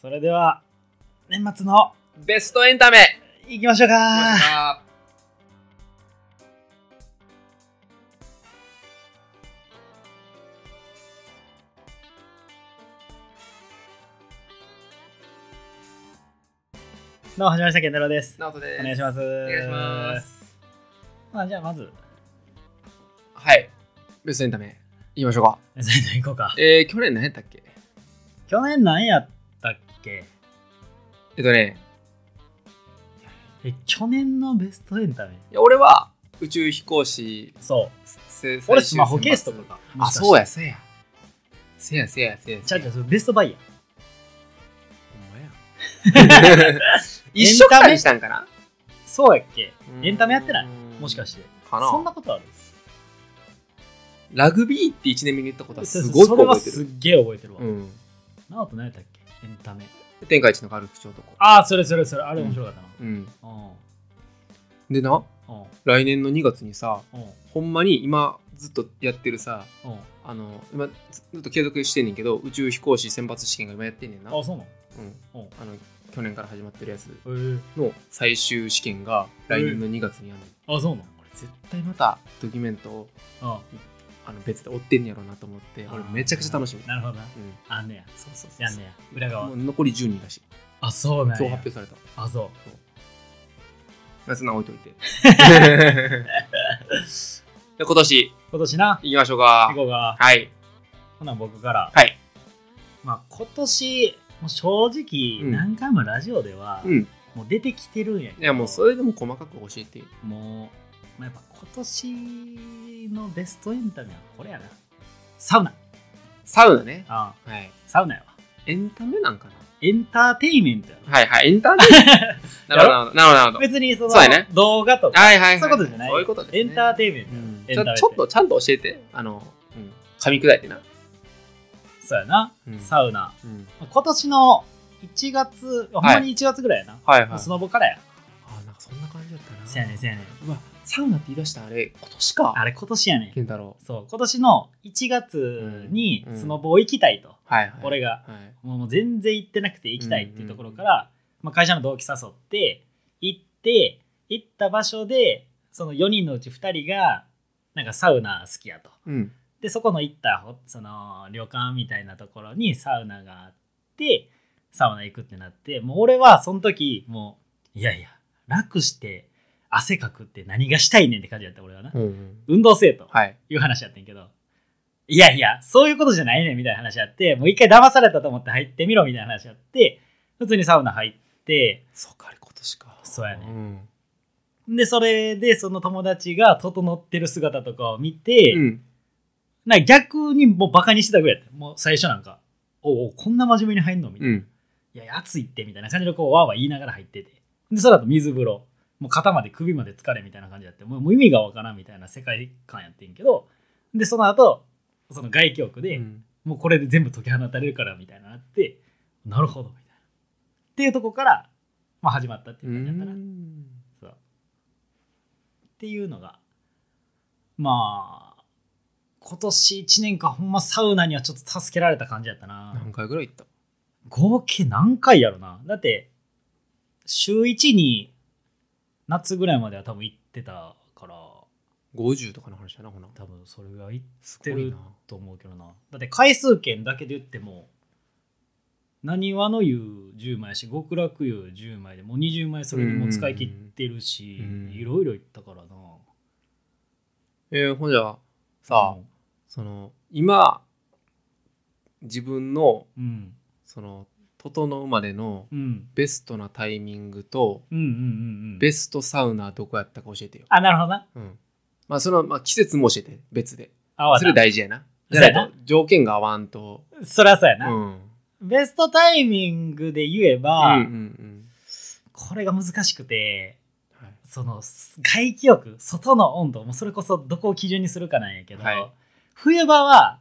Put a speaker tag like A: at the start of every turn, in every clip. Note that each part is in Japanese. A: それでは、年末の、
B: ベストエンタメ
A: 行きましょうか。
B: あ
A: どうも、始まりました、健太郎です。
B: ナオトです
A: お願いします。お
B: お願いします
A: まあ、じゃあ、まず、
B: はいベストエンタメ言いましょうか
A: メサイト行こうか。
B: えー、去年何やったっけ
A: 去年何やったっけ
B: えっとね
A: え、去年のベストエンタメ
B: いや俺は宇宙飛行士
A: そう。
B: せ
A: 俺、スマホケースとかか。
B: あそう
A: や。
B: やそうやせやせやせや
A: ちゃうちゃ
B: ゃ
A: う、それベストバイヤー。
B: ほんまや一緒くたにしたんかな
A: そうやっけエンタメやってないもしか
B: て
A: して。
B: か
A: そん
B: な
A: なことある
B: ラグビーって1年目に言ったことはすごく
A: それは
B: 覚えて
A: す
B: る
A: っげえ覚えてるわ
B: う。ん
A: なおと何やったっけエンタメ。
B: 天下一の軽口調とか
A: ああ、それそれそれ、あれ面白かったな。
B: うん
A: うん。
B: でな
A: うん。
B: 来年の2月にさ
A: うん。
B: ほんまに今ずっとやってるさ
A: うん。
B: あの今ずずっと継続してんねんけど宇宙飛行士選抜試験が今やってんねんな、うん、
A: あ、そうなのうん
B: あの去年から始まってるやつ
A: へ
B: の最終試験が来年の2月にやんねん、
A: え。あ、そうなの
B: これ絶対またドキュメントを
A: あ
B: あの別で追ってんねやろうなと思って俺めちゃくちゃ楽しみ、うん、
A: なるほどな。あんねや。
B: そうそうそう
A: やんねや。裏側
B: もう。残り10人だしい
A: あ、そう
B: 今
A: なん
B: 日発
A: や
B: 表。された
A: あ、そう。
B: そんなん置 いといてで今年
A: 今年な。
B: 行きましょうか
A: 行こうが。
B: はい
A: ほな僕から。
B: はい
A: まあ今年、もう正直、
B: うん
A: 何回もラジオでは
B: う、ん
A: もう出てきてるんやけど。
B: いやもうそれでも細かく教えてよ
A: もう、まあ、やっぱ今年のベストエンタメはこれやな。サウナ。
B: サウナね
A: あ
B: はい
A: サウナやわ。
B: エンタメなんかな
A: エンターテインメントやろ。
B: はいはいエンターテ インメントなるほどなるほどなるほど
A: 別にその
B: そうやね
A: 動画とか、
B: はいはいはい
A: そういうことじゃない。
B: そういうことですね
A: エンターテインメント。
B: うん
A: エンタ
B: ち
A: メ
B: ょ
A: って
B: ちょっとちゃんと教えてあのうん噛み砕いてな
A: そうやな。
B: うん
A: サウナ。
B: うん
A: 今年の1月、ほんまに1月ぐらいやな。
B: はいはい
A: もうスノボからや。
B: あなんかそんな感じだったな
A: せやねんせやねん。
B: うわサウナって言い出したあれ今年か
A: あれ今年やねん。
B: 健太郎
A: そう、今年の1月に
B: うん
A: スノボ行きたいと。
B: はいはい
A: 俺が。
B: はい
A: もう全然行ってなくて行きたいっていうところから、まあ、会社の同期誘って行って行った場所でその4人のうち2人がなんかサウナ好きやと
B: うん
A: でそこの行ったほその旅館みたいなところにサウナがあってサウナ行くってなってもう俺はその時もういやいや楽して汗かくって何がしたいねんって感じやった俺はな、
B: うんうん
A: 運動せえと
B: はい
A: いう話やってんけど、いやいや、そういうことじゃないねんみたいな話やって、もう一回騙されたと思って入ってみろみたいな話やって、普通にサウナ入って、
B: そうかあれ今年か
A: そうやね
B: ん
A: で、それでその友達が整ってる姿とかを見て、
B: うん
A: なんか逆にもうバカにしてたぐらいやった。もう最初なんか、おうおう、こんな真面目に入んのみたいな。
B: うん
A: いやいや、暑いってみたいな感じでこう、わーわー言いながら入ってて。で、その後水風呂。もう肩まで首まで疲れみたいな感じやって、もうもう意味がわからんみたいな世界観やってんけど、で、その後、その外気浴で、
B: うん
A: もうこれで全部解き放たれるからみたいなのあってなるほどみたいなっていうとこから、まあ、始まったっていう感じだったな、
B: うん
A: そうっていうのがまあ今年1年間ほんまサウナにはちょっと助けられた感じやったな
B: 何回ぐらい行った
A: 合計何回やろなだって週1に夏ぐらいまでは多分行ってたから
B: 50とかの話やなほな
A: 多分それぐらい行っ
B: す
A: て
B: ごい
A: る
B: な
A: と思うけどなだって回数券だけで言ってもなにわの湯10枚やし極楽湯10枚でもう20枚それでもう使い切ってるし
B: うん
A: いろいろ行ったからな
B: えー、ほんじゃさあその今自分の
A: うん
B: その整うまでの
A: うん
B: ベストなタイミングと
A: うんうんうんうん
B: ベストサウナどこやったか教えてよ、
A: あなるほどな
B: うん、まあその、まあ、季節も教えて別で
A: 合わ
B: そ
A: せ
B: れ大事やな
A: そ
B: じ
A: う
B: ゃ
A: や
B: な
A: ない
B: と条件が合わんと
A: そりゃそうや
B: う
A: な、
B: ん
A: ベストタイミングで言えば、
B: うんうんうん
A: これが難しくて
B: はい
A: その外気浴外の温度もうそれこそどこを基準にするかなんやけど、
B: はい
A: 冬場は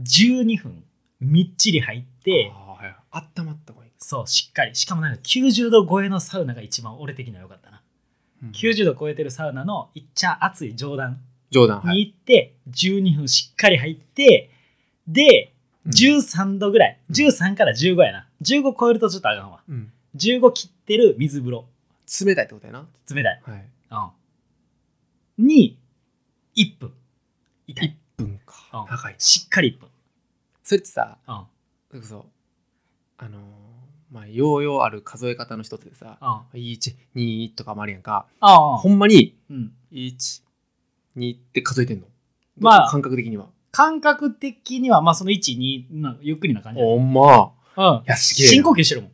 A: 12分みっちり入って
B: あーはいあったまった方がいい、
A: そうしっかりしかもなんか90度超えのサウナが一番俺的には良かったな、
B: うん
A: 90度超えてるサウナのいっちゃん熱い上段
B: 冗談は
A: に
B: い
A: 行って、12分しっかり入ってで
B: うん
A: 13度ぐらい、13から15やな15超えるとちょっとあかんわ
B: うん、
A: 15切ってる水風呂
B: 冷たいってことやな。
A: 冷たい、
B: はい。
A: うん、に1分痛い
B: 分
A: うん
B: か。高い。
A: しっかり1分、
B: それってさ、
A: うんうん
B: それこそ、あのー、まあ、ようようある数え方の一つでさ、
A: あ
B: 1、2とかもあるやんか。
A: あ
B: ほんまに、
A: うん、
B: 1、2って数えてんの
A: まあ
B: 感覚的には。
A: 感覚的にはまあその12のゆっくりな感じやね
B: ほんま。
A: うん
B: いや、すげえな。
A: 深呼吸してるもん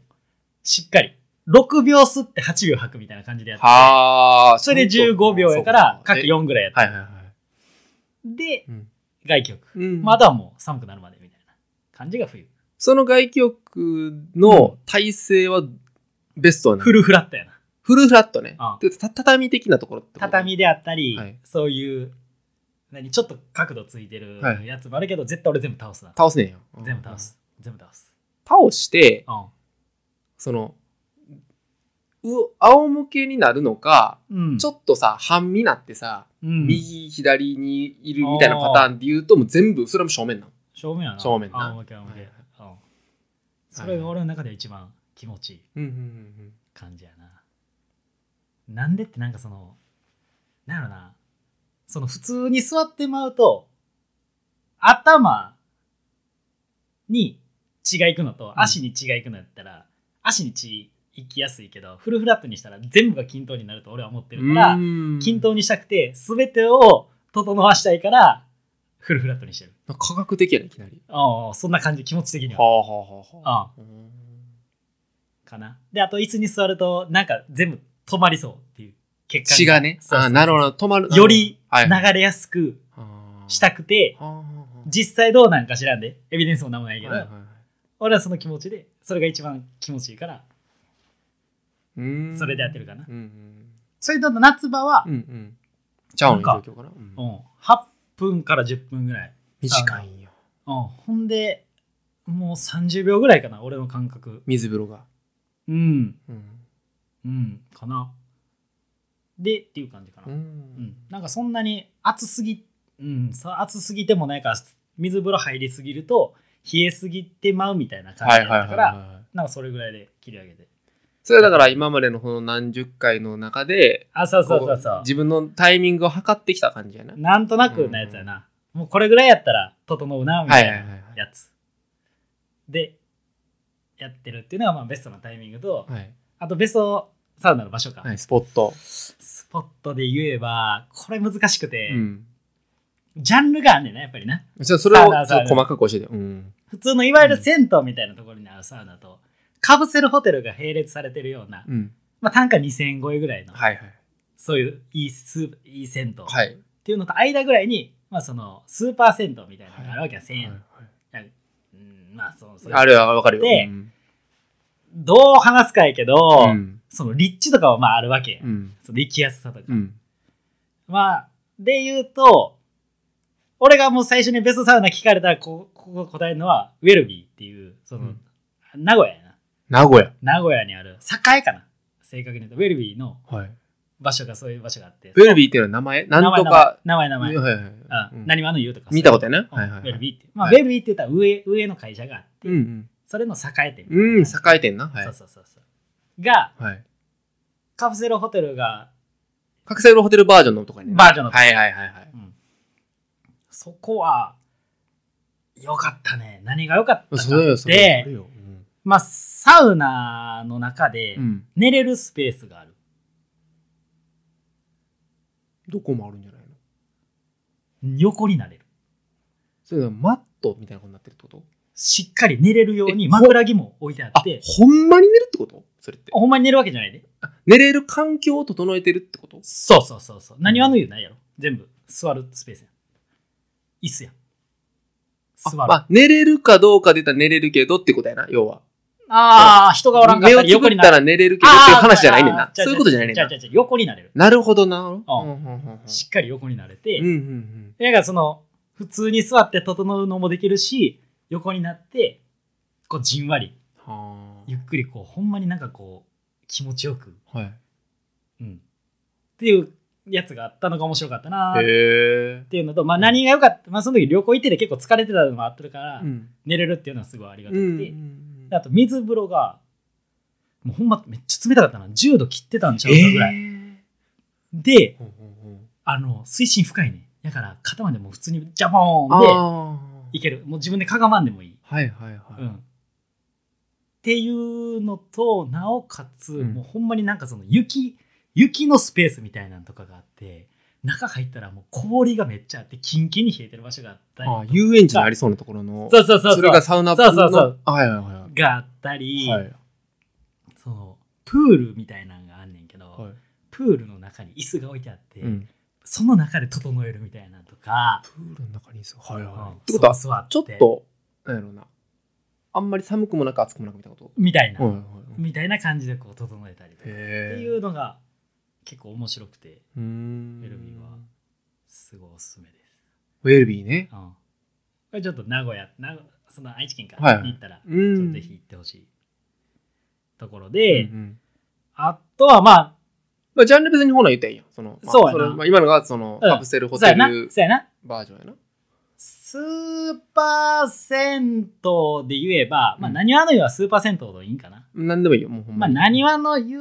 A: しっかり6秒吸って8秒吐くみたいな感じでやって
B: はあ。
A: それで15秒やから
B: そう
A: 各
B: か
A: 4ぐらいやって
B: はいはいはい。
A: で、
B: うん
A: 外気浴、
B: うん
A: まあ、あとはもう寒くなるまでみたいな感じが冬
B: その外気浴の体勢はベストなの
A: フルフラットやな
B: フルフラットね
A: ああ。
B: でた畳的なところってこと
A: 畳であったり、
B: はい
A: そういう何ちょっと角度ついてる
B: はい
A: やつもあるけど、絶対俺全部倒すな
B: 倒すねんよ。
A: 全部倒。す全部倒す
B: 倒して、
A: う
B: その、う仰向けになるのか、
A: ん、うん、
B: ちょっとさ、半身なってさ、
A: うん、
B: 右、左にいるみたいなパターンで言うと、もう全部、それも正面なの。
A: 正面やな
B: 正面な
A: あ OK OK、
B: はい
A: うん、それが俺の中で一番気持ちいい
B: うんうんうん
A: 感じやななんでってなんかそのなんやろなその普通に座ってまうと頭に血がいくのと
B: ん
A: 足に血がいくのやったら、足に血いきやすいけどフルフラットにしたら全部が均等になると俺は思って
B: う
A: る
B: ん。
A: から、
B: うん
A: 均等にしたくて全てを整わしたいからフルフラットにしてる
B: なんか科学的やね、いきなり。
A: ああそんな感じ気持ち的に
B: は
A: は
B: あはあはあはあ。
A: ああ
B: うん
A: かなであと椅子に座るとなんか全部止まりそうっていう結果
B: 血がね。
A: そうそうそう
B: ああ、なるほど。止まる。
A: より
B: はい
A: 流れやすくしたくて、
B: はあはあはあ
A: 実際どうなんか知らんでエビデンスもなんもないけど、
B: はいはいはい
A: 俺はその気持ちでそれが一番気持ちいいから
B: うーん
A: それでやってるかな、
B: うんうん
A: それと夏場は、
B: うんうん。ちゃうの
A: なん
B: 状
A: か
B: 況かな。うん
A: うん8分から10分ぐらい、
B: 短いんよ。
A: うん、ほんでもう30秒ぐらいかな俺の感覚
B: 水風呂が。
A: うん
B: うん
A: うんかなでっていう感じかな、
B: う
A: うん
B: ん、
A: なんかそんなに暑すぎ、うん、そう暑すぎてもないから水風呂入りすぎると冷えすぎてまうみたいな感じ
B: は
A: だ
B: い
A: っ
B: は
A: た
B: いはい
A: か
B: はい
A: ら
B: はい。
A: なんかそれぐらいで切り上げて
B: それはだから今までのこの何十回の中で、
A: あそうそうそうそ
B: こう
A: う
B: 自分のタイミングを測ってきた感じやな。
A: なんとなくなやつやな、もうこれぐらいやったら整うなみたいな
B: はいはいはいはい
A: やつでやってるっていうのがまあベストなタイミングと
B: はい。
A: あとベストサウナの場所か、
B: はい、スポット。
A: スポットで言えばこれ難しくて、
B: うん。
A: ジャンルがあんねんなやっぱりな
B: じゃあそれ
A: サウ
B: をちょ
A: ナ
B: っと
A: サウナ
B: 細かく教えてよ。うん。
A: 普通のいわゆる銭湯みたいなところにあるサウナと、かぶせるホテルが並列されてるような、
B: うん。
A: まあ、単価2000超えぐらいの、
B: はいはい。
A: そういういいスーいい銭湯っ
B: はい。
A: ていうのと間ぐらいに、まあ、そのスーパー銭湯みたいなのがあるわけや、1000
B: はい
A: 円、
B: はい
A: うん、まあそのそれ
B: あるはわかるよ。
A: で
B: うん
A: どう話すかやけど、
B: うん。
A: その立地とかはまああるわけや、
B: うん。
A: その行きやすさとか、
B: うん。
A: まあで言うと俺がもう最初にベストサウナ聞かれたらこここ答えるのはウェルビーっていうその、
B: うん
A: 名古屋やな
B: 名古屋。
A: 名古屋にある栄かな正確に言うとウェルビーの
B: はい。
A: 場所がそういう場所があって
B: ウェルビーっていうのは名前なんとか。
A: 名前名前名前
B: はいはいはい
A: あ
B: うん
A: 何話の言うとか
B: 見たことやな。
A: そういう
B: はい
A: うん
B: は
A: ウ
B: い
A: ェル
B: はい。
A: ビーってまあウ
B: はい
A: ェルビーって言ったら上上の会社があって
B: うん
A: それの栄店
B: うん。うん、栄えてんな。はい
A: そう。そうそうそうが
B: はい。
A: カプセルホテルが
B: 覚醒のホテルバージョンのとかね。
A: バージョンの
B: はいはいはいはい。
A: そこは良かったね何が良かった
B: それ
A: か
B: よ、
A: っ
B: それよ。そ
A: て
B: れよ
A: まあサウナの中で
B: うんうん。
A: 寝れるスペースがある
B: どこもあるんじゃないの
A: 横になれる
B: それがマットみたいなことになってるってこと
A: しっかり寝れるように枕木も置いてあ
B: あ
A: って、
B: ほんまに寝るってことそれって。
A: ほんまに寝るわけじゃないで
B: 寝れる環境を整えてるってこと
A: そうそうそうそう。何はの言うないやろ。全部座るスペースやん。椅子やん。座
B: あ
A: る。
B: まあ、寝れるかどうかで言ったら寝れるけどってことやな、要は。
A: ああ、人がおらんかっ
B: 目
A: た
B: を
A: り
B: つぶ
A: 横
B: っ
A: にな
B: た
A: る。
B: ら寝れるけどっていう話じゃないねんな。そういうことじゃないねん
A: じゃ
B: な
A: じ。ゃじゃ横になれる。
B: なるほどな。うん
A: あ
B: うんうんうん
A: しっかり横になれて、
B: うんうん
A: だからその、普通に座って整うのもできるし、横になって、こうじんわり、
B: うん。は
A: ゆっくりこう、ほんまになんかこう、気持ちよく、
B: あはい。
A: うん。っていうやつがあったのが面白かったなーっ
B: へえ。
A: ていうのと、まあ、何が良かった、まあ、その時旅行行ってて結構疲れてたのもあったから、
B: うん。
A: 寝れるっていうのはすごいありが
B: う
A: たく
B: ん
A: て、であと水風呂がもうほんまめっちゃ冷たかったな10度切ってたんちゃうかぐらい、で
B: ほうほうほう
A: あの水深深いねだから肩までもう普通にジャボーンで
B: あー
A: いけるもう自分でかがまんでもいい、
B: はいはい
A: うん
B: は
A: っていうのとなおかつ、
B: うん
A: もうほんまになんかその雪雪のスペースみたいなのとかがあって中入ったらもう氷がめっちゃあってキンキンに冷えてる場所があった
B: い。
A: り
B: あー遊園地にありそうなところの。
A: そうそうそう
B: そ
A: そ
B: れ
A: う
B: がサウナ
A: そうそうそう
B: のはいはいは
A: があったり、
B: い。はい。
A: そのプールみたいなのがあんねんけど、
B: は
A: プールの中に椅子が置いてあって、
B: い。うん。
A: その中で整えるみたいなのとか、
B: プールの中にそう。はい
A: うん
B: はい。ってことは、
A: そう座
B: ちょっと、なんやろうな。あんまり寒くもなく暑くもなくみたいなこ
A: みたいな、
B: と。はいはい。
A: みたいな感じでこう整えたりとかって
B: へ
A: い
B: え。
A: うのが結構面白くて
B: うーん。
A: エルビーはすごいおすすめです、
B: ウェルビーね。
A: うん、これちょっと名古屋なその愛知県か
B: はい
A: ら行ったら、
B: う
A: ちょっ
B: ん。
A: とぜひ行ってほしいところで、
B: うんうん
A: あとはまあ
B: まあ、ジャンル別にほな言ったらいいやん。その、まあ
A: そうやな
B: のまあ、今のがその、
A: うん
B: カプセルホ
A: そうや
B: テ
A: な
B: ル
A: そうやな
B: バージョンやな。
A: スーパー銭湯で言えば、まあ、
B: うん
A: 何話の湯はスーパー銭湯でいいんかな。
B: なんでもいいよ、もうほん
A: ま
B: ま
A: あ、
B: に。
A: 何話の湯、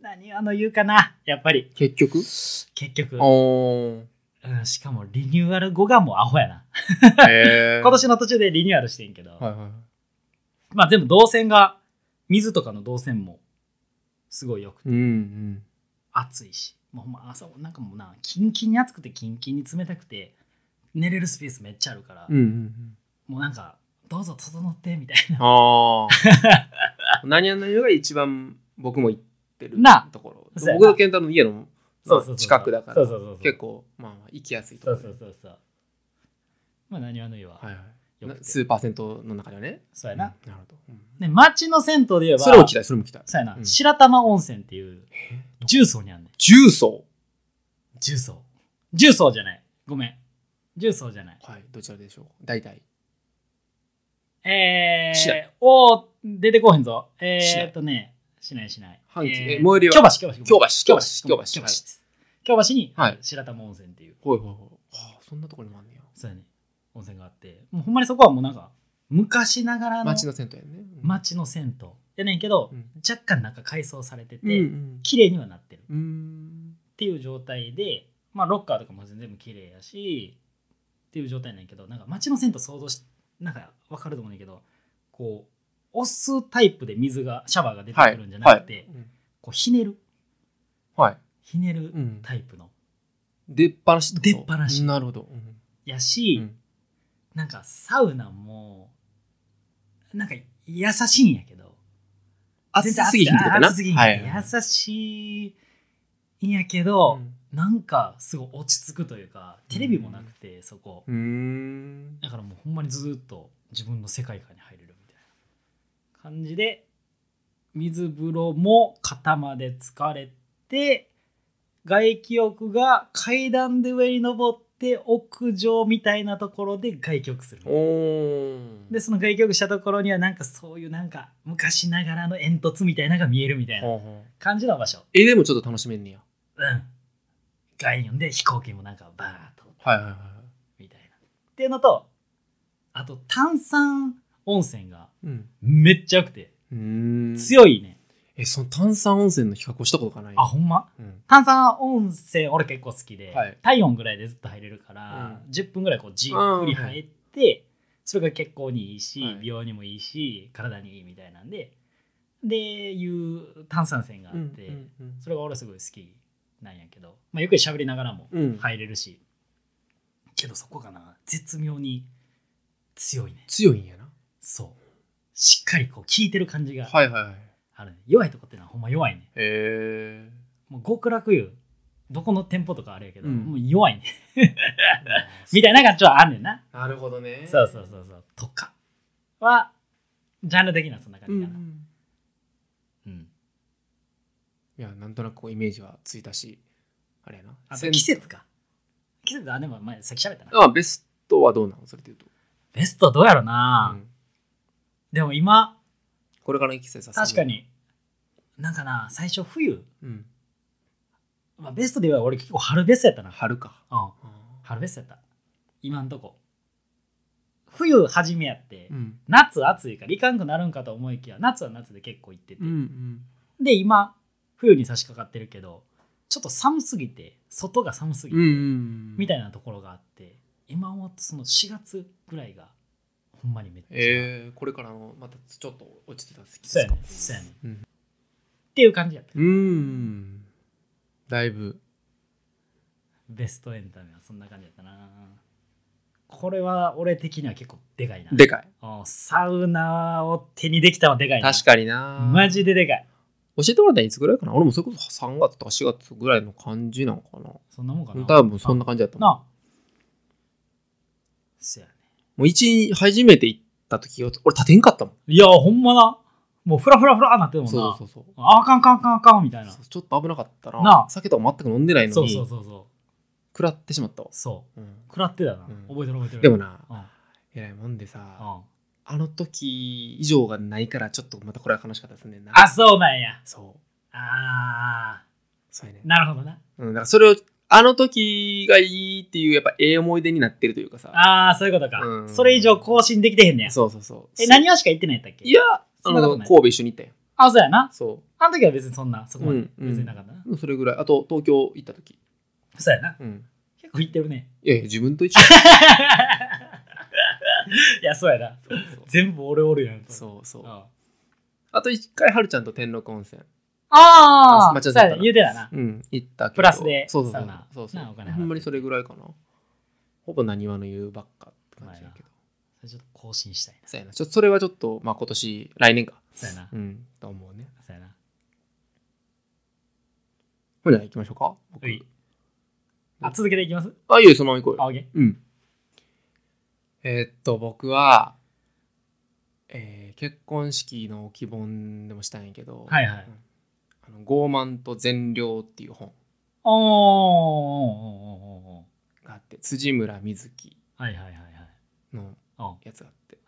A: 何話の湯かな、やっぱり、
B: 結局
A: 結局。
B: おー。
A: うん、しかも、リニューアル後がもうアホやな。
B: へー
A: 今年の途中でリニューアルしてんけど、
B: はいはい。
A: まあ、全部動線が、水とかの動線も、すごいよくて、
B: うんうん。
A: 暑いし、もうほんま朝、なんかもうな、キンキンに暑くて、キンキンに冷たくて、寝れるスペースめっちゃあるから、
B: うんうんうん。
A: もうなんか、どうぞ整って、みたいな。
B: ああ。何や何やが一番僕も行ってる
A: な
B: ところ。
A: そうやな
B: 僕と健太の家のまあ
A: そうそうそうそう
B: 近くだから、
A: そうそうそうそう
B: 結構、まあまあ、行きやすいとこ
A: そ
B: ろ
A: うそうそうそう。まあ、何話の湯は、
B: はいはい。
A: よくて
B: スーパー銭湯の中ではね。
A: そうやな。
B: うん。なるほど。うん
A: で、町の銭湯で言えば、
B: それも行きたい、それも行きたい。
A: そうやな、
B: うん
A: 白玉温泉っていう、重曹にあんねん。
B: 重曹
A: 重曹。重曹じゃない。ごめん。重曹じゃない。
B: はい、どちらでしょう大体。
A: え
B: 市
A: ー
B: 内、
A: おー出てこうへんぞ。え
B: 市
A: ー
B: 内
A: っとね、しないしない。
B: 阪急え
A: えー
B: 最寄りは
A: 京橋、京橋。
B: 京橋京橋
A: 京橋。
B: 京橋
A: 京橋です京橋に
B: はい
A: 白玉温泉っていう、
B: ほいほいほい。はあ、そんなところにもあんねや。
A: そうやね、温泉があって、もうほんまにそこはもうなんか、昔ながらの
B: 町の銭湯やね。うん
A: 町の銭湯。やねんけど、
B: うん
A: 若干なんか改装されてて、
B: うん
A: 綺麗にはなってるっ
B: うん。うん。
A: ていう状態で、まあ、ロッカーとかも全部綺麗やしっていう状態なんやけどなんか街の銭湯想像しなんか分かると思うんだけどこう押すタイプで水がシャワーが出てくるんじゃなくて、
B: うん
A: こうひねる
B: はい。
A: ひねる
B: うん
A: タイプの、
B: 出っ放しってこと
A: 出っ放し
B: なるほど。うん
A: やし、
B: うん
A: なんかサウナもなんか優しいんやけど
B: 暑すぎひんってことやな。
A: 熱すぎひん
B: はいはいはい。
A: 優しいんやけど、なんかすごい落ち着くというかテレビもなくて、そこ
B: うん。
A: だからもうほんまにずっと自分の世界観に入れるみたいな感じで水風呂も肩まで疲れて外気浴が階段で上に登って屋上みたいなところで外気浴するみたいな
B: おー。
A: でその外気浴したところにはなんかそういうなんか昔ながらの煙突みたいなのが見えるみたいな
B: ほうほう
A: 感じの場所
B: え、でもちょっと楽しめんねや。
A: うん外に呼んで飛行機もなんかバーッと
B: はいはいはい。
A: みたいな。っていうのと、あと炭酸温泉が
B: うん
A: めっちゃ良くて、
B: うん。
A: 強いね。
B: え、その炭酸温泉の比較をしたことがない。
A: あ、ほんま
B: うん。
A: 炭酸温泉俺結構好きで、
B: はい
A: 体温ぐらいでずっと入れるから、
B: う
A: 10分ぐらいこうじっくり入って、それが血行にいいし、
B: はい
A: 美容にもいいし、体にいいみたいなんで、で、いう炭酸泉があっ
B: う
A: て、
B: んうんうん
A: それが俺すごい好きなんやけど、まあ、ゆっくり喋りながらも
B: うん
A: 入れるし、けどそこがな、絶妙に強いね。
B: 強いんやな。
A: そう。しっかりこう聞いてる感じが
B: はいはいはい。
A: ある、ね弱いとこってのはほんま弱いね。
B: へえ。
A: もう極楽湯、どこの店舗とかあれやけど、
B: うん
A: もう弱いね。 みたいなのがちょっとあんねんな。
B: なるほどね。
A: そうそうそうそう。とかは、ジャンル的にはそんな感
B: ん
A: じ
B: う
A: かな。
B: ん。
A: うん。
B: いや、なんとなくこうイメージはついたし、あれやな。
A: あと
B: せん
A: 季節か。季節、あ、でも前、さっき喋ったな。
B: あ、ベストはどうなのそれって言うと。
A: ベストどうやろな
B: う、ん
A: でも今、
B: これからの季節は
A: 確か。に、なんかな、最初冬、
B: うん。
A: まあ、ベストで言えば俺結構春ベストやったな、うん、
B: 春か。
A: 春ベストやった今んとこ冬初めやって、
B: うん。
A: 夏暑いから行かんくなるんかと思いきや夏は夏で結構行ってて、
B: うんうん。
A: で今冬に差し掛かってるけどちょっと寒すぎて外が寒すぎ
B: うんう
A: て、
B: んうん。
A: みたいなところがあって今思うとその4月ぐらいがほんまにめっちゃ、
B: えー、これからのまたちょっと落ちてた時期
A: そうや
B: ですか
A: ね。そうやね、
B: うん
A: っていう感じやった
B: うーん。だいぶ。
A: ベストエンタメはそんな感じやったなこれは俺的には結構でかいな
B: でかい。
A: うんサウナを手にできたのはでかいな
B: 確かにな。
A: マジででかい
B: 教えてもらったらいつぐらいかな俺もそれこそ3月とか4月ぐらいの感じなんかな。
A: そんなもんかな
B: 多分そんな感じだったもん。
A: なあそうやね
B: もう一初めて行った時俺立てんかったもん。
A: いやほんまなもうフラフラフラなってるもんな
B: そうそうそう。
A: ああかんかんかんかんみたいな
B: そうちょっと危なかったな。
A: なあ
B: 酒とか全く飲んでないの
A: そう
B: に、
A: そうそうそう
B: 食らってしまったわ。
A: そ
B: うん
A: う食らってたな、
B: うん
A: 覚えてる覚えてる
B: でもな、
A: うんうん
B: 偉いもんでさ、
A: あ
B: あの時以上がないから、ちょっとまたこれは悲しかったですねんな。
A: そうなんや
B: そう。
A: ああ
B: そうやね。
A: なるほどな
B: うん、だからそれを、あの時がいいっていう、やっぱええ思い出になってるというかさ。
A: ああそういうことか、
B: うん
A: それ以上更新できてへんねや
B: そうそうそう。
A: え何話しか言ってないやったっけ
B: いや、
A: そ
B: あ
A: んなこと
B: の、
A: ない
B: 神戸一緒に行ったよ。
A: あそうやな
B: そ
A: あの時は別にそんなそこまで、
B: うんうん
A: 別になかったな
B: う。それぐらい。あと、東京行った時。
A: そうやな
B: うん。
A: 結構言ってるね
B: いやいや、自分と 一緒。
A: いやそうやな
B: そうそう
A: 全部俺おるやん
B: そうそう。
A: あ
B: あと一回、はるちゃんと天禄温泉。
A: あ
B: あ間違
A: そ
B: って
A: う
B: たな
A: やな言うてたな、
B: うん、行ったけど
A: プラスで
B: そうそうそ
A: サウ
B: う
A: ナ
B: そうそう
A: なお金払って
B: ほんまにそれぐらいかなほぼ何話の言うばっかって感じだけど
A: それちょっと更新したいな
B: そうやなちょっとそれはちょっとまあ今年来年か
A: そうやな、
B: うんと思うね
A: そうやな
B: ほんじゃ行きましょうか僕
A: ういあ続けていきます
B: あいいよそのまま行こう
A: あ
B: よ
A: OK
B: うんえーっと僕はえー結婚式の希望でもしたんやけど、
A: はいはい
B: あの傲慢と善良っていう本
A: おーおーおーおーおー
B: があって辻村瑞希
A: はいはいはいはい
B: の
A: うんうん
B: やつがあって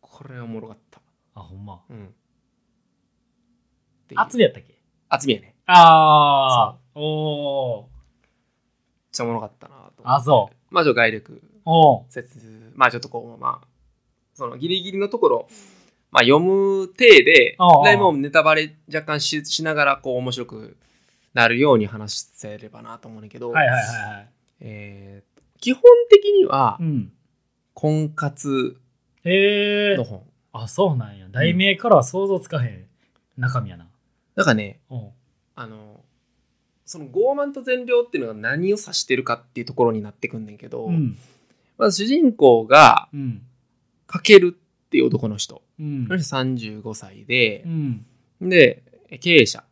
B: これはおもろかった
A: あほんま
B: うんっていう
A: 厚みやったっけ
B: 厚みやねめっ
A: ああおお
B: ちゃおもろかったなと
A: あそう
B: まあちょっと概略
A: おー
B: 説まあちょっとこうまあそのギリギリのところまあ読む体で
A: ああ
B: でもネタバレ若干ししながらこう面白くなるように話せればなと思うねんだけど、
A: はいはいはいはい
B: えーと基本的には
A: うん
B: 婚活
A: へえ
B: の本
A: あそうなんや題名からは想像つかへん中身やな
B: だからね
A: お
B: あのその傲慢と善良っていうのが何を指してるかっていうところになってくんねんけど、
A: うん
B: まず主人公が
A: うん
B: かけるっていう男の人
A: うん
B: この人35歳で
A: う、ん
B: で経営者、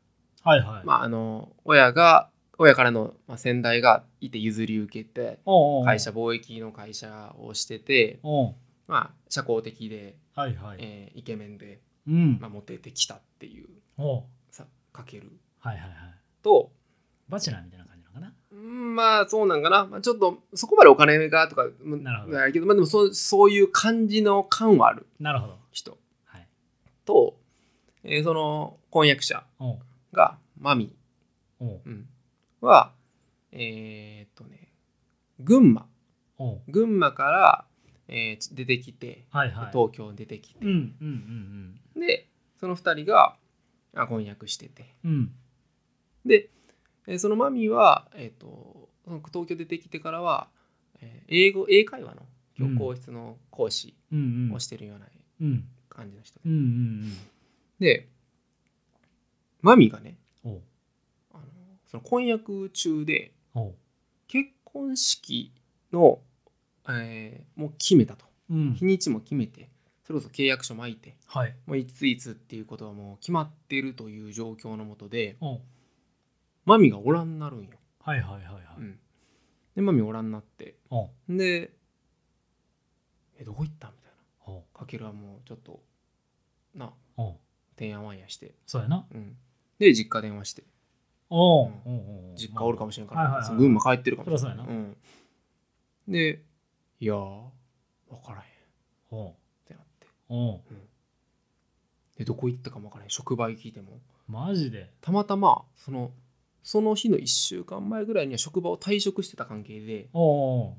A: はいはい
B: まあ、あの親が親からの、まあ、先代がいて譲り受けて
A: おうおう
B: 会社貿易の会社をしてて、
A: おう
B: まあ、社交的で、
A: はいはい
B: えーイケメンで、
A: うん
B: まあ、モテてきたっていう
A: おう
B: さかける
A: はいはいはい
B: と
A: バチェラーみたいな感じなのかな
B: うんまあそうなんかな、まあ、ちょっとそこまでお金がとかうん
A: なるほど
B: あけど、まあ、でもそうそういう感じの感はある
A: なるほど
B: 人
A: はい
B: と、えーその婚約者
A: おう
B: がマミー
A: おう
B: うん、は、えーっとね、群馬。
A: おう
B: 群馬から、えー出てきて、
A: はいはい
B: 東京に出てきて、
A: うんうんうん
B: で、その2人があ婚約してて、
A: うんうん
B: で、えーそのマミは、えーっと、その東京出てきてからは、えー英語、英会話の教皇室の講師
A: うんうん
B: をしてるような
A: うん
B: 感じの人で。
A: うんうん
B: で、マミがね、
A: うんおう
B: あのその婚約中で、
A: おう
B: 結婚式の、えーもう決めたと
A: うん
B: 日にちも決めてそれこそ契約書巻いて
A: はい
B: もういついつっていうことはもう決まってるという状況のもとで
A: おう
B: マミがおらんなるんよ、
A: はいはいはいは
B: う
A: い
B: ん、でマミおらんなって
A: おう
B: でえどこ行ったみたい
A: おう
B: なかけるはもうちょっとな
A: おう
B: てんやわんやして、
A: そうやな
B: うん、で実家電話して
A: おう
B: うん
A: おうおう
B: 実家おるかもしれんか
A: はいはいはい
B: らその群馬帰ってるかもしれん
A: そりゃそう
B: うん、でいやー分からへんっ
A: おう
B: てなって
A: おう
B: でどこ行ったかも分からへん触媒聞いても
A: マジで
B: たまたまそのその日の1週間前ぐらいには職場を退職してた関係で
A: お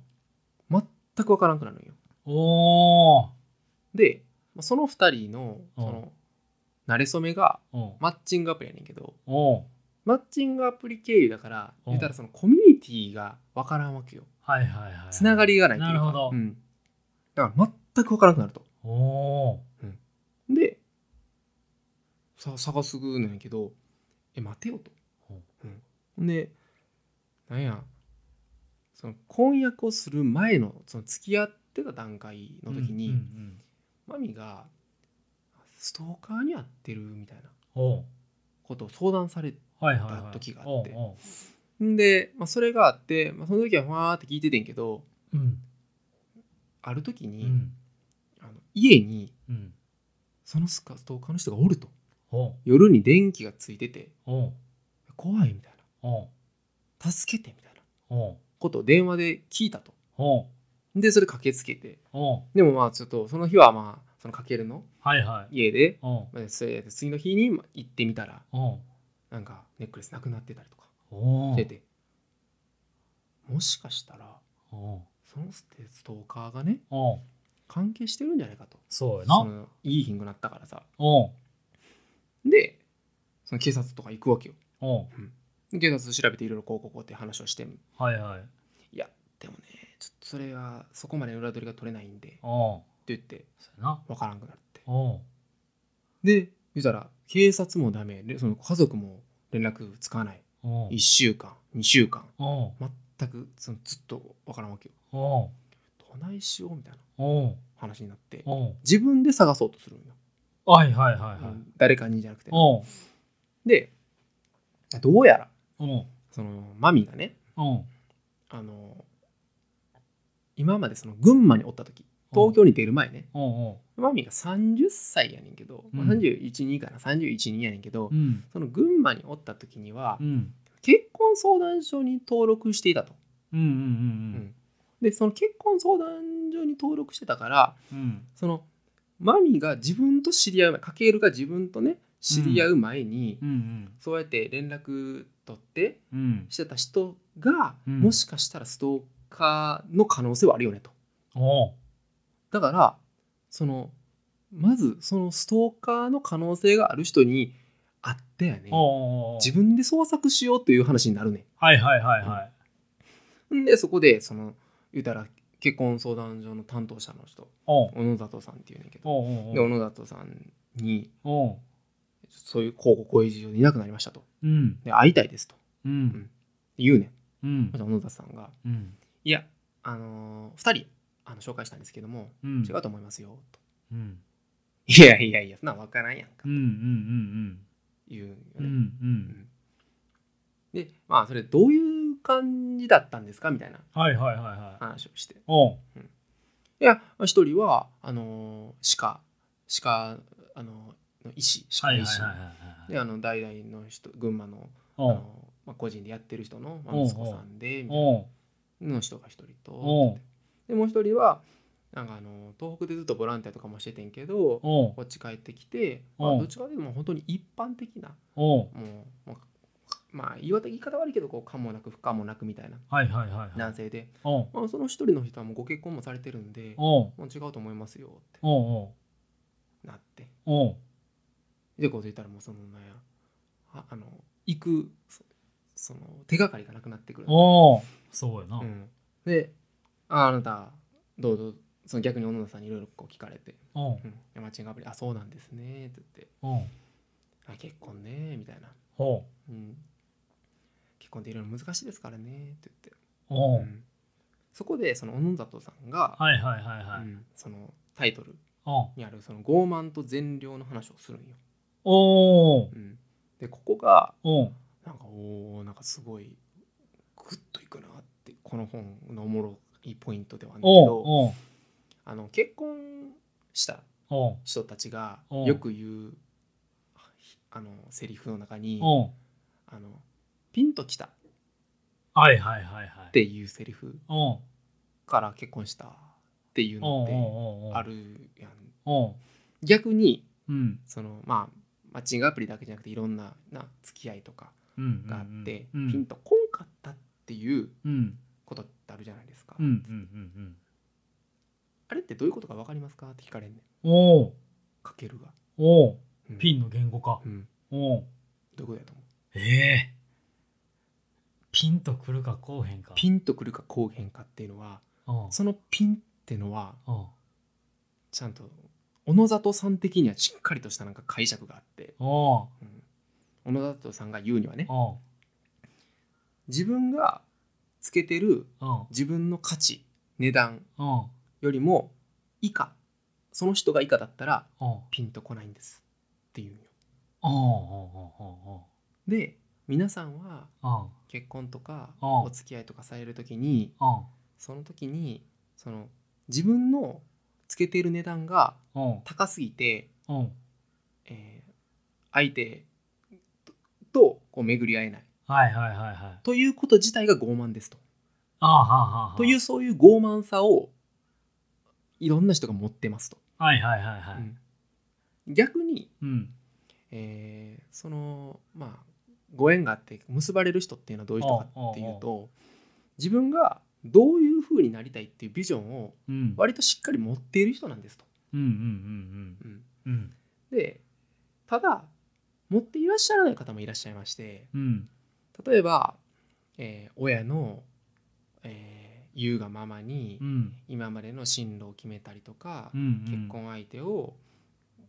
A: ー
B: 全く分からんくなるんよ
A: おー
B: でまあその2人の
A: う
B: そ
A: ん
B: の慣れ初めが
A: おー
B: マッチングアプリやねんけど
A: おー
B: マッチングアプリ経由だから
A: うん
B: 言ったらそのコミュニティが分からんわけよ
A: はいはいはい
B: つながりがないというか
A: なるほど
B: うん、だから全く分からなくなると
A: おー
B: でさ探すぐなんやけど「え待てよ」と。
A: ほ
B: うん、でなんやその婚約をする前のその付き合ってた段階の時に、
A: うんうん
B: マミがストーカーに遭ってるみたいな
A: うんおー
B: ことを相談されて
A: はいはいは
B: だ
A: い
B: 時があって
A: おーおー
B: んで、まあ、それがあって、まあ、その時はふわーって聞いててんけど
A: うん
B: ある時に、
A: うん
B: あの家に
A: うん
B: そのスカストーカーの人がおると
A: おー
B: 夜に電気がついてて
A: おー
B: 怖いみたい
A: おー
B: な助けてみたいな
A: おー
B: ことを電話で聞いたと
A: おー
B: でそれ駆けつけて
A: おー
B: でもまあちょっとその日はまあそのかけるの
A: はいはい
B: 家で、
A: おー
B: まあ、それで次の日にまあ行ってみたら
A: おー
B: なんかネックレスなくなってたりとか
A: お
B: して
A: ー
B: てもしかしたら
A: おー
B: そのステストーカーがね
A: おー
B: 関係してるんじゃないかと
A: そうやな
B: そのいい品がなったからさ
A: おー
B: でその警察とか行くわけよ
A: おー
B: で警察調べていろいろこうこうこうって話をして
A: はいはい
B: でもねちょっとそれはそこまで裏取りが取れないんでって
A: おー
B: 言って
A: そうやな
B: 分からんくなるって
A: おー
B: で言うたら警察もダメでその家族も連絡つかない
A: お
B: 1
A: ー
B: 週間2週間
A: おー
B: 全くそのずっとわからんわけよ
A: おー
B: どないしようみたいな
A: おー
B: 話になって
A: おー
B: 自分で探そうとするんよ、
A: はいはいはいはい
B: 誰かにじゃなくて
A: おー
B: でどうやら
A: おー
B: そのマミがね
A: おー
B: あの今までその群馬におった時東京に出る前ね
A: おー
B: マミが30歳やねんけど、まあ
A: うん
B: 312かな312やねんけど、
A: うん
B: その群馬におった時には、
A: うん
B: 結婚相談所に登録していたと。
A: うんうん
B: でその結婚相談所に登録してたから
A: うんうん
B: そのマミが自分と知り合う前かけるが自分とね知り合う前に、
A: うんうん
B: そうやって連絡取って
A: うん
B: してた人が、
A: うん
B: もしかしたらストーカーの可能性はあるよねと。
A: おー
B: だからそのまずそのストーカーの可能性がある人に会ったやね
A: おー
B: 自分で捜索しようという話になるね
A: はいはいはいはい
B: んでそこでその言うたら結婚相談所の担当者の人
A: おー
B: 小野里さんっていうねんけど
A: おー
B: で小野里さんに
A: おー
B: そういう広告こういう事情でいなくなりましたと
A: うん
B: で会いたいですと
A: うん
B: 言うね
A: う
B: ん
A: ん
B: また小野里さんが
A: うん
B: 「いやあのー、2人あの紹介したんですけども
A: うん
B: 違うと思いますよ」と
A: うん
B: 「いやいやいやそんなん分からんやんか
A: うんうんう」ん
B: 言うよね、
A: うんうんうん
B: でまあそれどういう感じだったんですかみたいな
A: はいはいはいはい
B: 話をして
A: おー
B: いや一人はあのー歯科歯科あのーの医師歯科
A: はいはい
B: 医
A: はい
B: 師
A: はいはい
B: であの代々の人群馬のあ
A: おー
B: の、まあ、個人でやってる人の、まあ
A: うんうん
B: 息子さんでみたい
A: おー
B: なの人が一人
A: お
B: と
A: う
B: でもう一人はなんかあの東北でずっとボランティアとかもしててんけど
A: おー
B: こっち帰ってきて、ま
A: お
B: あ、
A: う
B: どっちかというともう本当に一般的な
A: おー
B: もうもうまあ言い方言い方悪いけどこう可もなく不可もなくみたいな
A: はいはいはいはい
B: 男性で、
A: おー
B: まあ、その一人の人はもうご結婚もされてるんで
A: おー
B: もう違うと思いますよって
A: おー
B: なって
A: おー
B: でこう言ったらもうそのなんやああの行くそその手がかりがなくなってくる
A: おーそうやな
B: うん、であ「あなたどうぞ」その逆に小野田さんにいろいろこう聞かれて
A: おー
B: 「うん、いやマッチングアプリあそうなんですね」って言って
A: おー
B: 「あ結婚ね」みたいな、
A: おー
B: うん「結婚っていろいろ難しいですからね」って言って、
A: おー
B: うんそこでその小野里さんが、
A: はいはいはいは
B: う
A: い
B: んそのタイトル
A: おー
B: にあるその傲慢と善良の話をするんよ。
A: おー
B: うん、でここが
A: おー
B: なんかおーなんかすごいグッといくなってこの本のおもろいポイントではあるんだけ
A: おー
B: ど
A: おー
B: あの結婚した
A: おー
B: 人たちが
A: うん
B: よく言うあのセリフの中に
A: おー
B: 「あのピンときた」っ
A: はいはいはいはい
B: ていうセリフ
A: おー
B: から結婚したっていう
A: おー
B: のって
A: おーおー
B: あるやん
A: おー
B: 逆に
A: うん
B: そのまあマッチングアプリだけじゃなくていろんなな付き合いとかがあって、
A: うんうんうんうん
B: ピンとこんかったっていう
A: うん
B: ことってあるじゃないですか、
A: うんうんうん
B: あれってどういうことか分かりますかって聞かれんねん
A: うんおお
B: かけるが、
A: おお
B: うん
A: ピンの言語化
B: うん、
A: おお
B: どういうことやと思う
A: ええピンとくるかこうへんか
B: ピンとくるかこうへんかっていうのは
A: おう
B: そのピンってのは
A: おう
B: ちゃんと小野里さん的にはしっかりとしたなんか解釈があって、
A: おう
B: うん小野里さんが言うにはね
A: おう
B: 自分がつけてる
A: おう
B: 自分の価値値段
A: おう
B: よりも以下その人が以下だったら
A: おう
B: ピンとこないんですっていうんよ
A: おうお
B: で皆さんは
A: うおうおうおう
B: 結婚とか
A: うん
B: お付き合いとかされる時に
A: おう
B: その時にその自分のつけている値段が
A: おう
B: 高すぎて、
A: おう
B: えー相手とこう巡り合えない
A: はいはいはいはい
B: ということ自体が傲慢ですと。
A: ああはあはあ
B: というそういう傲慢さをいろんな人が持ってますと。
A: はいはいはいは
B: う
A: い
B: ん逆に
A: うん
B: えーそのまあご縁があって結ばれる人っていうのはどういう人かっていうと自分がどういうふうになりたいっていうビジョンを
A: うん
B: 割としっかり持っている人なんですと。
A: うんうん
B: うん
A: うんうん
B: でただ持っていらっしゃらない方もいらっしゃいまして
A: うん
B: 例えば、えー親の、えー言うがままに
A: うんうん
B: 今までの進路を決めたりとか
A: う、ん
B: 結婚相手を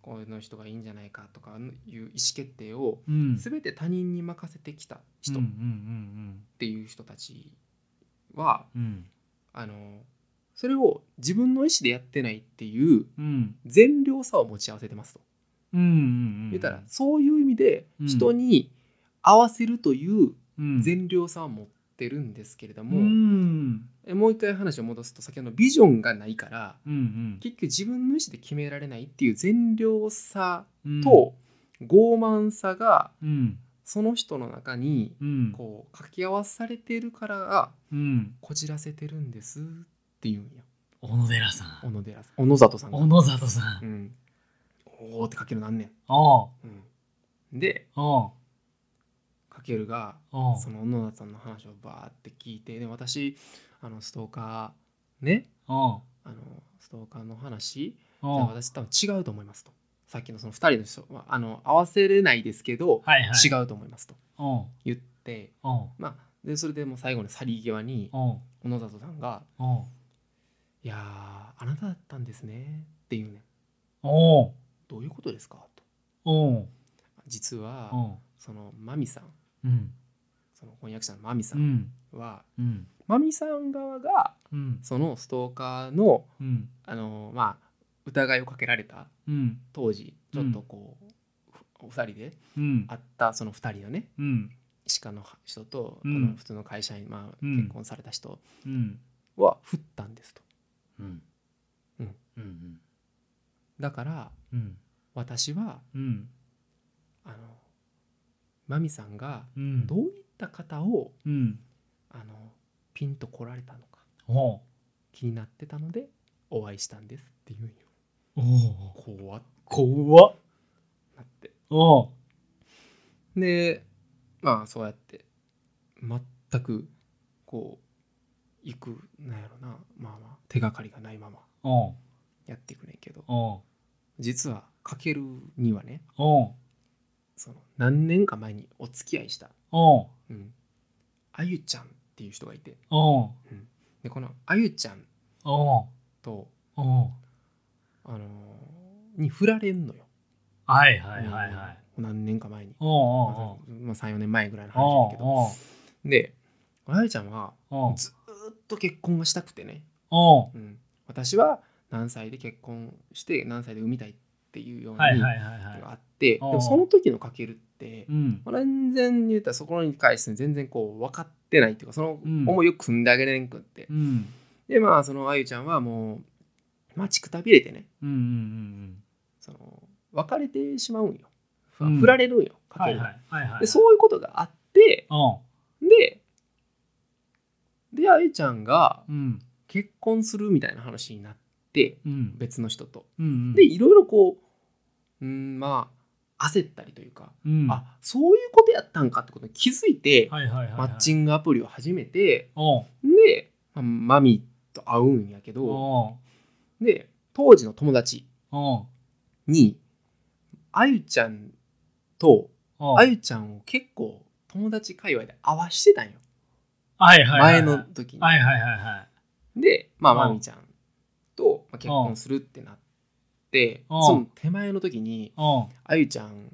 B: この人がいいんじゃないかとかいう意思決定を
A: うん
B: 全て他人に任せてきた
A: う
B: 人っ
A: んうん
B: ていう人たちは、
A: うんうん
B: あのそれを自分の意思でやってないっていう
A: うん
B: 善良さを持ち合わせてますと
A: うんうん
B: 言ったら、そういう意味で
A: うん
B: 人に合わせるという
A: うん
B: 善良さを持ってるんですけれど
A: う
B: も、
A: ん
B: えもう一回話を戻すと先ほどのビジョンがないから
A: うん
B: 結局自分の意思で決められないっていう善良さ
A: うん
B: と傲慢さが
A: うん
B: その人の中に
A: うん
B: こう掛け合わされているから
A: うん
B: こじらせてるんですっていうんや
A: 小野寺さ
B: 小
A: ん
B: 野寺さん小野里さんが
A: 小野里さん
B: うん、おおってかけるなんね、
A: おうん
B: うん、で
A: おう
B: かけるが
A: おう
B: その小野田さんの話をバーって聞いてで私あのストーカーね
A: おう
B: あのストーカーの話じゃ
A: お
B: あ
A: う
B: 私多分違うと思いますとさっきのその2人の人はあの合わせれないですけど、
A: はいはい
B: 違うと思いますと
A: おう
B: 言って
A: おう
B: まあでそれでもう最後の去り際に
A: おう
B: 小野里さんが
A: おう
B: 「いやーあなただったんですね」っていうね
A: おう
B: 「どういうことですか?」と
A: おう
B: 実は
A: おう
B: そのマミさん
A: うん
B: その翻訳者のマミさ
A: うんん
B: は、
A: うん
B: マミさん側が
A: うん
B: そのストーカーの
A: うん
B: あのまあ疑いをかけられた
A: うん
B: 当時ち
A: う
B: ょ
A: ん
B: っとこう、お二人で
A: うん
B: 会ったその二人のね
A: うん
B: 歯科の人と、
A: うん
B: あの普通の会社員、まあ、
A: うん
B: 結婚された人
A: うん
B: は振ったんですと。
A: うん
B: うん
A: うん
B: だから
A: うん
B: 私は
A: うん
B: あのマミさんが
A: うん
B: どういった方を
A: うん
B: あのピンと来られたのか
A: おう
B: 気になってたのでお会いしたんですっていうんよ。
A: おう
B: 怖っ
A: 怖っ
B: なって
A: おう
B: でまあそうやって全くこう行くなんやろなまあまあ手がかりがないまま
A: おう
B: やっていくねんけど
A: おう
B: 実はかけるにはね
A: おう
B: その何年か前にお付き合いした、
A: おう
B: うん、あゆちゃんっていう人がいて
A: おう
B: でこのあゆちゃん
A: おう
B: と、
A: おう
B: あのーに振られんのよ、
A: はいはいはいはい
B: うん何年か前に、
A: おう
B: ま
A: おう
B: あまあ、34年前ぐらいの
A: お
B: 話だけ
A: う
B: ど
A: おう
B: であゆちゃんは
A: おう
B: ずーっと結婚がしたくてね、
A: おう
B: うん、私は何歳で結婚して何歳で産みたいっていうように
A: はい
B: が
A: はいはいは
B: あ
A: いう
B: って、
A: ん
B: でもその時のかけるって
A: う、ん
B: まあ全然言ったらそこに対して全然こう分かってないっていうかその
A: うん
B: 思いを組んであげれんくって、
A: うん
B: でまあそのあゆちゃんはもう待ちくたびれてね
A: うんうんうん
B: その別れてしまうんよ、ふ
A: うん
B: 振られるんよか
A: は
B: け
A: い
B: る、
A: はいはいはい
B: でそういうことがあって
A: おう
B: でであゆちゃんが
A: うん
B: 結婚するみたいな話になって
A: うん
B: 別の人と
A: うんうん
B: でいろいろこううんまあ焦ったりというか、
A: うん、
B: あそういうことやったんかってことに気づいて、
A: はいはいはいはい、
B: マッチングアプリを始めて
A: おう
B: で、まあマミと会うんやけど
A: おう
B: で当時の友達
A: おう
B: にあゆちゃんと
A: おう
B: あゆちゃんを結構友達界隈で合わしてたんよ
A: はいはいはいは
B: 前
A: い
B: の時に。
A: はいはいはいはい
B: で、まあ、
A: うん
B: まみちゃんとまあ結婚するってなって、
A: うん
B: その手前の時に、
A: おう
B: あゆちゃん、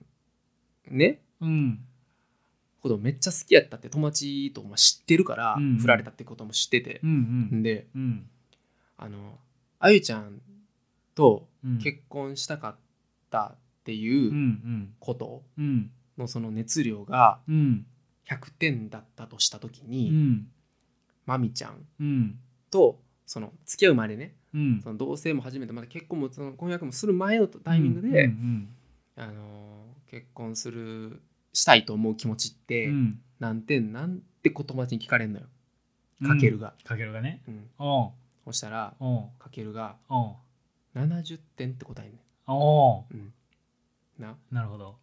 B: ね、
A: うん
B: ことめっちゃ好きやったって友達とも知ってるから、
A: うん
B: 振られたってことも知ってて
A: う。んうん
B: で、
A: うん
B: あの、あゆちゃんと
A: うん
B: 結婚したかったっていううんこと
A: うんうん
B: のその熱量が
A: うん
B: 100点だったとした時
A: う
B: に、
A: ん
B: まみちゃん
A: うん
B: と、その付き合うまでね、
A: うん
B: その同棲も初めてまだ結婚もその婚約もする前のタイミングで、
A: うん
B: あのー結婚するしたいと思う気持ちっ
A: う
B: て、
A: ん
B: なんてなんてこう友達に聞かれんのよ
A: うん
B: かけるが、
A: かけるがね
B: うん
A: おう
B: そしたら
A: おう
B: かけるが
A: おう
B: 70点って答えんね
A: お
B: ん、うん、な
A: うなるほど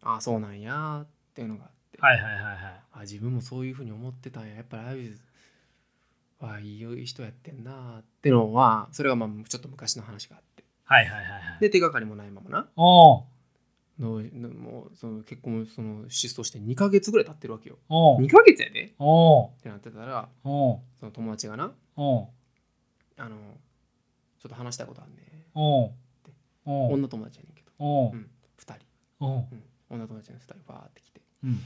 B: あそうなんやーっていうのがあって、
A: はいはいはいはい
B: あ自分もそういうふうに思ってたんややっぱりあゆはいい人やってんなーってのはそれがまあちょっと昔の話があって
A: はいはいはいはい
B: で手がかりもないままな
A: おう
B: ののもうその結婚その失踪して2ヶ月ぐらい経ってるわけよ
A: おう
B: 2ヶ月やでっ
A: おう
B: てなってたら
A: おう
B: その友達がな
A: おう
B: あのちょっと話したいことあるね
A: おうおう
B: 女友達やねんけど、
A: お
B: う、
A: うん
B: 2人、
A: おう
B: うん、女友達の2人ファーって来て
A: うん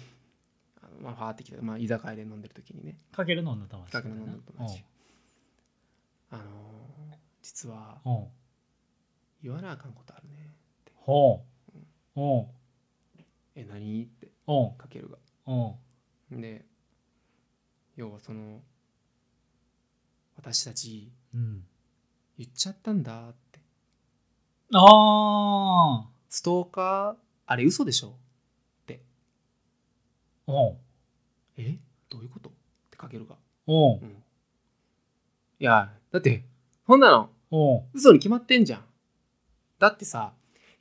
B: あの、まあ、ファーって来て、まあ、居酒屋で飲んでる時にね
A: かけるの女友達
B: 近くの女友達あのー実は
A: おう
B: 言わなあかんことあるねって
A: おうおう
B: え何って
A: おう
B: かけるが
A: おう
B: で要はその私たち
A: うん
B: 言っちゃったんだって
A: ああ
B: ストーカーあれ嘘でしょ
A: おう
B: えどういうことってかけるが
A: おう
B: うんいや、だって、そんなの、
A: おう
B: 嘘に決まってんじゃん。だってさ、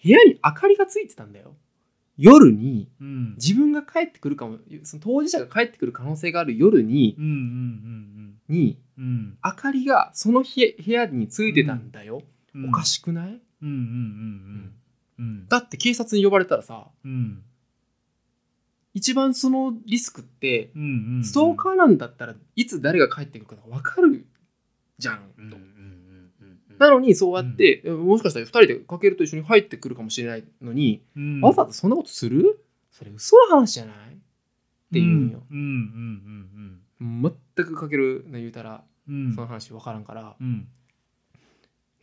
B: 部屋に明かりがついてたんだよ。夜に、
A: うん
B: 自分が帰ってくるかも、その当事者が帰ってくる可能性がある夜に
A: う、んうん
B: に、
A: うんうん
B: 明かりがその日部屋についてたんだよ。
A: うん
B: おかしくない
A: うんうんうんうん
B: だって警察に呼ばれたらさ、
A: うんうん
B: 一番そのリスクって、
A: うんうん
B: ストーカーなんだったらいつ誰が帰ってくるかわかるじゃん、
A: うんうん
B: と
A: うんうんうん
B: なのにそうやって、えもしかしたら2人でかけると一緒に入ってくるかもしれないのに、
A: うん
B: わざわざそんなことするそれ嘘の話じゃないって言うんよ、
A: うんうん
B: 全くかけるの言うたら
A: うんうんうん
B: その話分からんから「
A: うん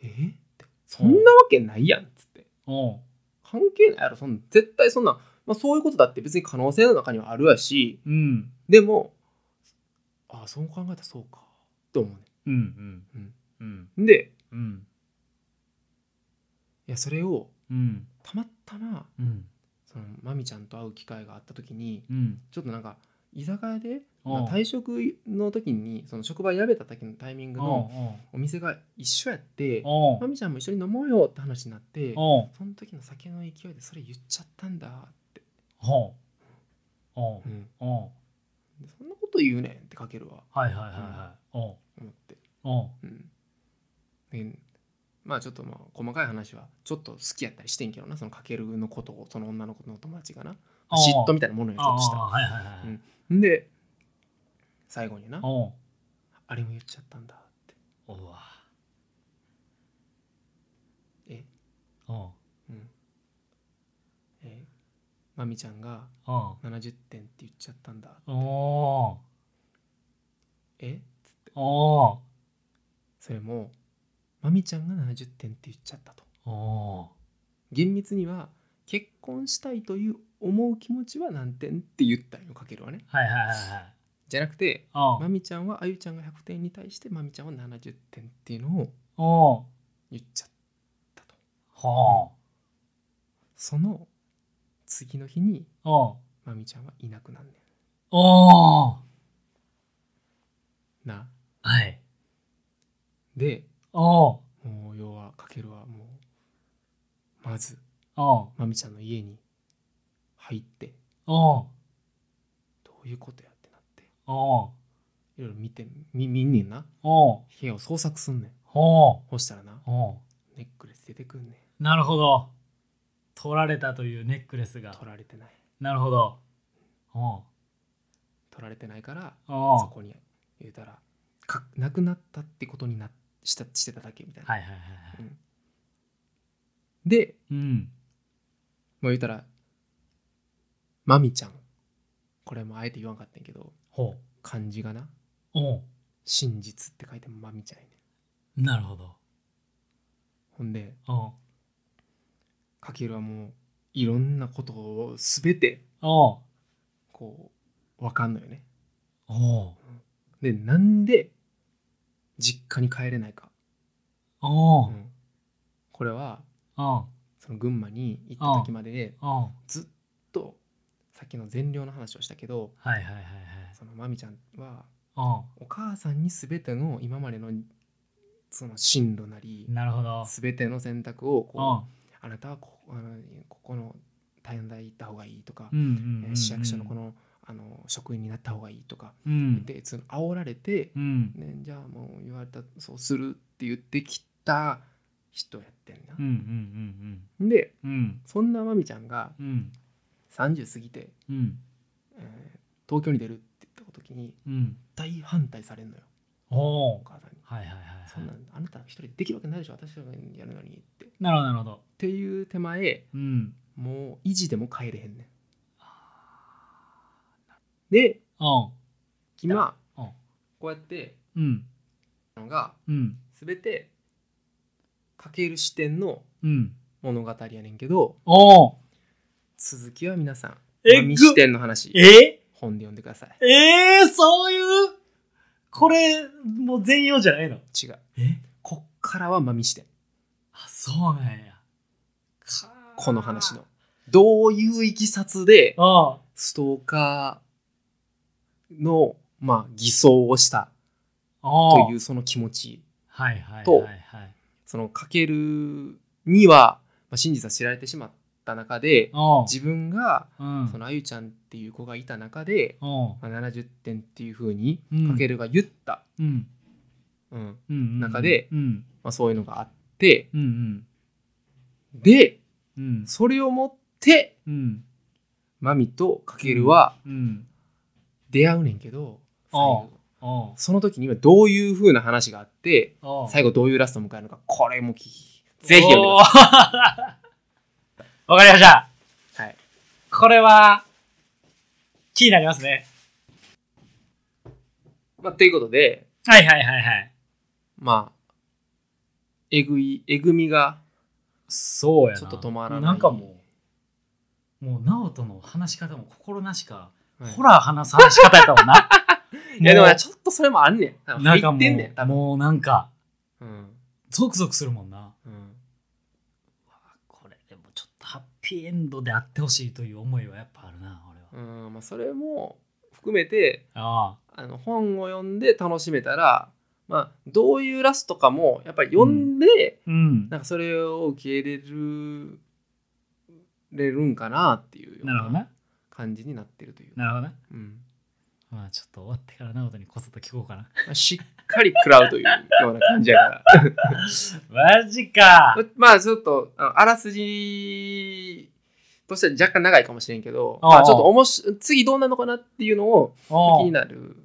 B: えってそんなわけないやん」っつって
A: おう
B: 「関係ないやろそんな絶対そんな、まあ、そういうことだって別に可能性の中にはあるやし
A: うん
B: でもああそう考えたらそうか」って思うね
A: うんうん
B: うん
A: うん
B: んで
A: うん
B: いやそれを
A: うん
B: たまたま
A: うん
B: そのまみちゃんと会う機会があった時に
A: うん
B: ちょっとなんか居酒屋で
A: おう
B: なんか退職の時にその職場選べた時のタイミングのお店が一緒やって
A: おう
B: まみちゃんも一緒に飲もうよって話になって
A: おう
B: その時の酒の勢いでそれ言っちゃったんだって、
A: おうおう
B: うん
A: おう
B: でそんなこと言うねんってかけるわ
A: はいはいはいはいおう
B: 思って、
A: おう
B: うん、でまあちょっとまあ細かい話はちょっと好きやったりしてんけどなそのかけるのことをその女の子の友達がな
A: おう
B: 嫉妬みたいなものにちょっとし
A: ああ
B: た
A: はいはいはいはい
B: んで最後にな
A: おう
B: あれも言っちゃったんだって
A: おうわ
B: え
A: おう
B: うんえまみちゃんが
A: お
B: 70点って言っちゃったんだ
A: うお
B: え
A: うおう
B: それもまみちゃんが70点って言っちゃったと
A: おう
B: 厳密には結婚したいという思う気持ちは何点って言ったんよかけるはね
A: はいはいはいはい
B: じゃなくて
A: お
B: ま
A: う
B: みちゃんはあゆちゃんが100点に対してまみちゃんは70点っていうのを
A: おう
B: 言っちゃったと
A: ほ
B: その次の日に
A: うおう
B: まみちゃんはいなくなんね
A: おうん
B: な
A: はい
B: で
A: おう
B: もう要はかけるはもうまず
A: お
B: まみちゃんの家に入って
A: お
B: どういうことやってなって
A: お
B: いろいろ見てみ見んねんな
A: お
B: 部屋を捜索すんねん
A: お
B: ほしたらな
A: お
B: ネックレス出てくんね
A: なるほど取られたというネックレス
B: ん
A: が
B: 取られてない
A: なるほどお
B: 取られてないから
A: お
B: そ
A: は
B: こに言うたらかなくなったってことになしたしてただけみたい
A: い
B: な、
A: はいはいはい
B: で、
A: うん
B: まあ、言うたらまみちゃんこれもあえて言わんかったんやけど
A: ほう
B: 漢字がな
A: おう
B: 真実って書いてもまみちゃんやねん
A: なるほど
B: ほんで
A: おう
B: かけるはもういろんなことを全て
A: おう
B: こう分かんのよね
A: おう
B: でなんで実家に帰れないか、
A: おう
B: う
A: ん
B: これは
A: おう
B: その群馬に行った時までで
A: おう
B: ずっとさっきの善良の話をしたけど
A: はいはいはいはい
B: そのまみちゃんは
A: おう
B: お母さんに全ての今までのその進路なり
A: なるほど
B: 全ての選択を
A: おう
B: こうあなたはここあのここの大変大行った方がいいとか
A: う、んうんうんうん
B: 市役所のこのあの職員になった方がいいとか、
A: うん
B: でその煽られて、
A: うん
B: ね、じゃあもう言われたそうするって言ってきた人やってんな
A: うんう。ん
B: で
A: うんうん
B: そんなまみちゃんが
A: うん
B: 30過ぎて、
A: うん
B: えー東京に出るって言った時に
A: うん
B: 大反対されるのよ
A: お
B: お
A: お
B: 母さんに。
A: はいはいはい
B: そんなんあなた一人でできるわけないでしょ私らがやるのにって。っ
A: なるほどなるほど
B: ていう手前
A: うん
B: もう維持でも帰れへんねん。で
A: おう
B: 今
A: うん
B: こうやって
A: うん
B: のが
A: うん
B: 全てかける視点の
A: うん
B: 物語やねんけど
A: おう
B: 続きは皆さん
A: え
B: まみ
A: ぐ
B: 視点の話
A: え
B: 本で読んでください。
A: えー、そういうこれもう全容じゃないの
B: 違う
A: え
B: こっからはまみ視点
A: あそうなんや
B: この話の。どういういきさつで
A: あ
B: ストーカーのまあ偽装をした
A: ああ
B: というその気持ち
A: はいはい
B: と
A: はいはい
B: そのかけるには、まあ、真実は知られてしまった中で
A: おう
B: 自分が
A: うん
B: そのあゆちゃんっていう子がいた中で、
A: おう
B: まあ、70点っていうふうに
A: うん
B: かけるが言った、
A: うん
B: うん
A: うんうん
B: 中で
A: うん
B: まあ、そういうのがあって
A: うん
B: で
A: うんうん
B: それをもって
A: うん
B: マミとかけるは
A: うん
B: 出会うねんけど、最後
A: おう
B: その時にはどういうふうな話があって
A: おう
B: 最後どういうラストを迎えるのかこれも聞きぜひ読んでくだ
A: おー わかりました
B: さい。はい
A: これは気になりますね
B: まあ、ということで
A: はいはいはいはい
B: まあえぐいえぐみが
A: そうやな
B: ちょっと止まらない
A: なんかもうもう直人の話し方も心なしか、
B: はい
A: ホラー話す話し方やったもん な
B: いやでも
A: も
B: なちょっとそれもあんねん。多
A: う
B: 分
A: なん
B: 入
A: かも
B: ってんねん。多
A: う
B: 分
A: もうなんか
B: うん
A: ゾクゾクするもんな
B: うん
A: これでもちょっとハッピーエンドであってほしいという思いはやっぱあるな俺は、
B: うんまあ、それも含めて
A: あ
B: あの本を読んで楽しめたら、まあ、どういうラストかもやっぱり読んで、
A: あうん
B: なんかそれを受け入れるれるんかなっていうよう
A: なるほど
B: な
A: な
B: 感じになってるという
A: なるほどな
B: うん
A: まあちょっと終わってから直人にこそっと聞こう かな
B: まあ、しっかり食らうというような感じやから。
A: マジか
B: ままあちょっとあのあらすじとしては若干長いかもしれんけど
A: ああ
B: まあ、ちょっとおもし次どうなのかなっていうのを気
A: おう
B: になる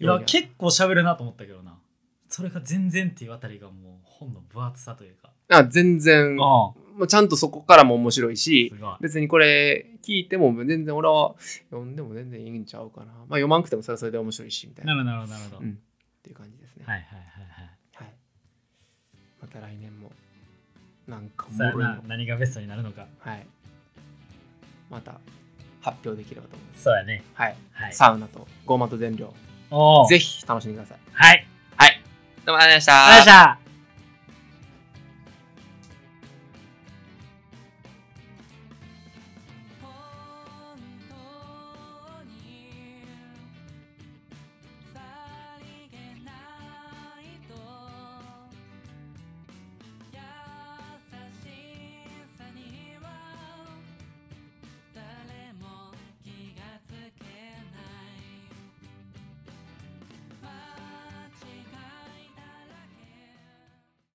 A: い
B: よう
A: や
B: に
A: 結構喋るなと思ったけどなそれが全然っていうあたりがもう本の分厚さというか
B: あ全然も
A: あ
B: うちゃんとそこからも面白いし
A: すごい
B: 別にこれ聞いても全然俺は読んでも全然いいんちゃうかな、まあ、読まんくてもそれはそれで面白いしみたいな
A: なる
B: っ
A: ほどなるほどなるほど、
B: うんていう感じですね、
A: はいはいはいはい
B: はいまた来年もなんかも
A: さあ
B: ろいの
A: な何がベストになるのか
B: はいまた発表できればと思います
A: そうやね
B: はい
A: はい
B: サウナとゴマと全量
A: おお
B: ぜひ楽しんでください。
A: はい
B: はい。どうもありがとうございました。
A: ありがとうございました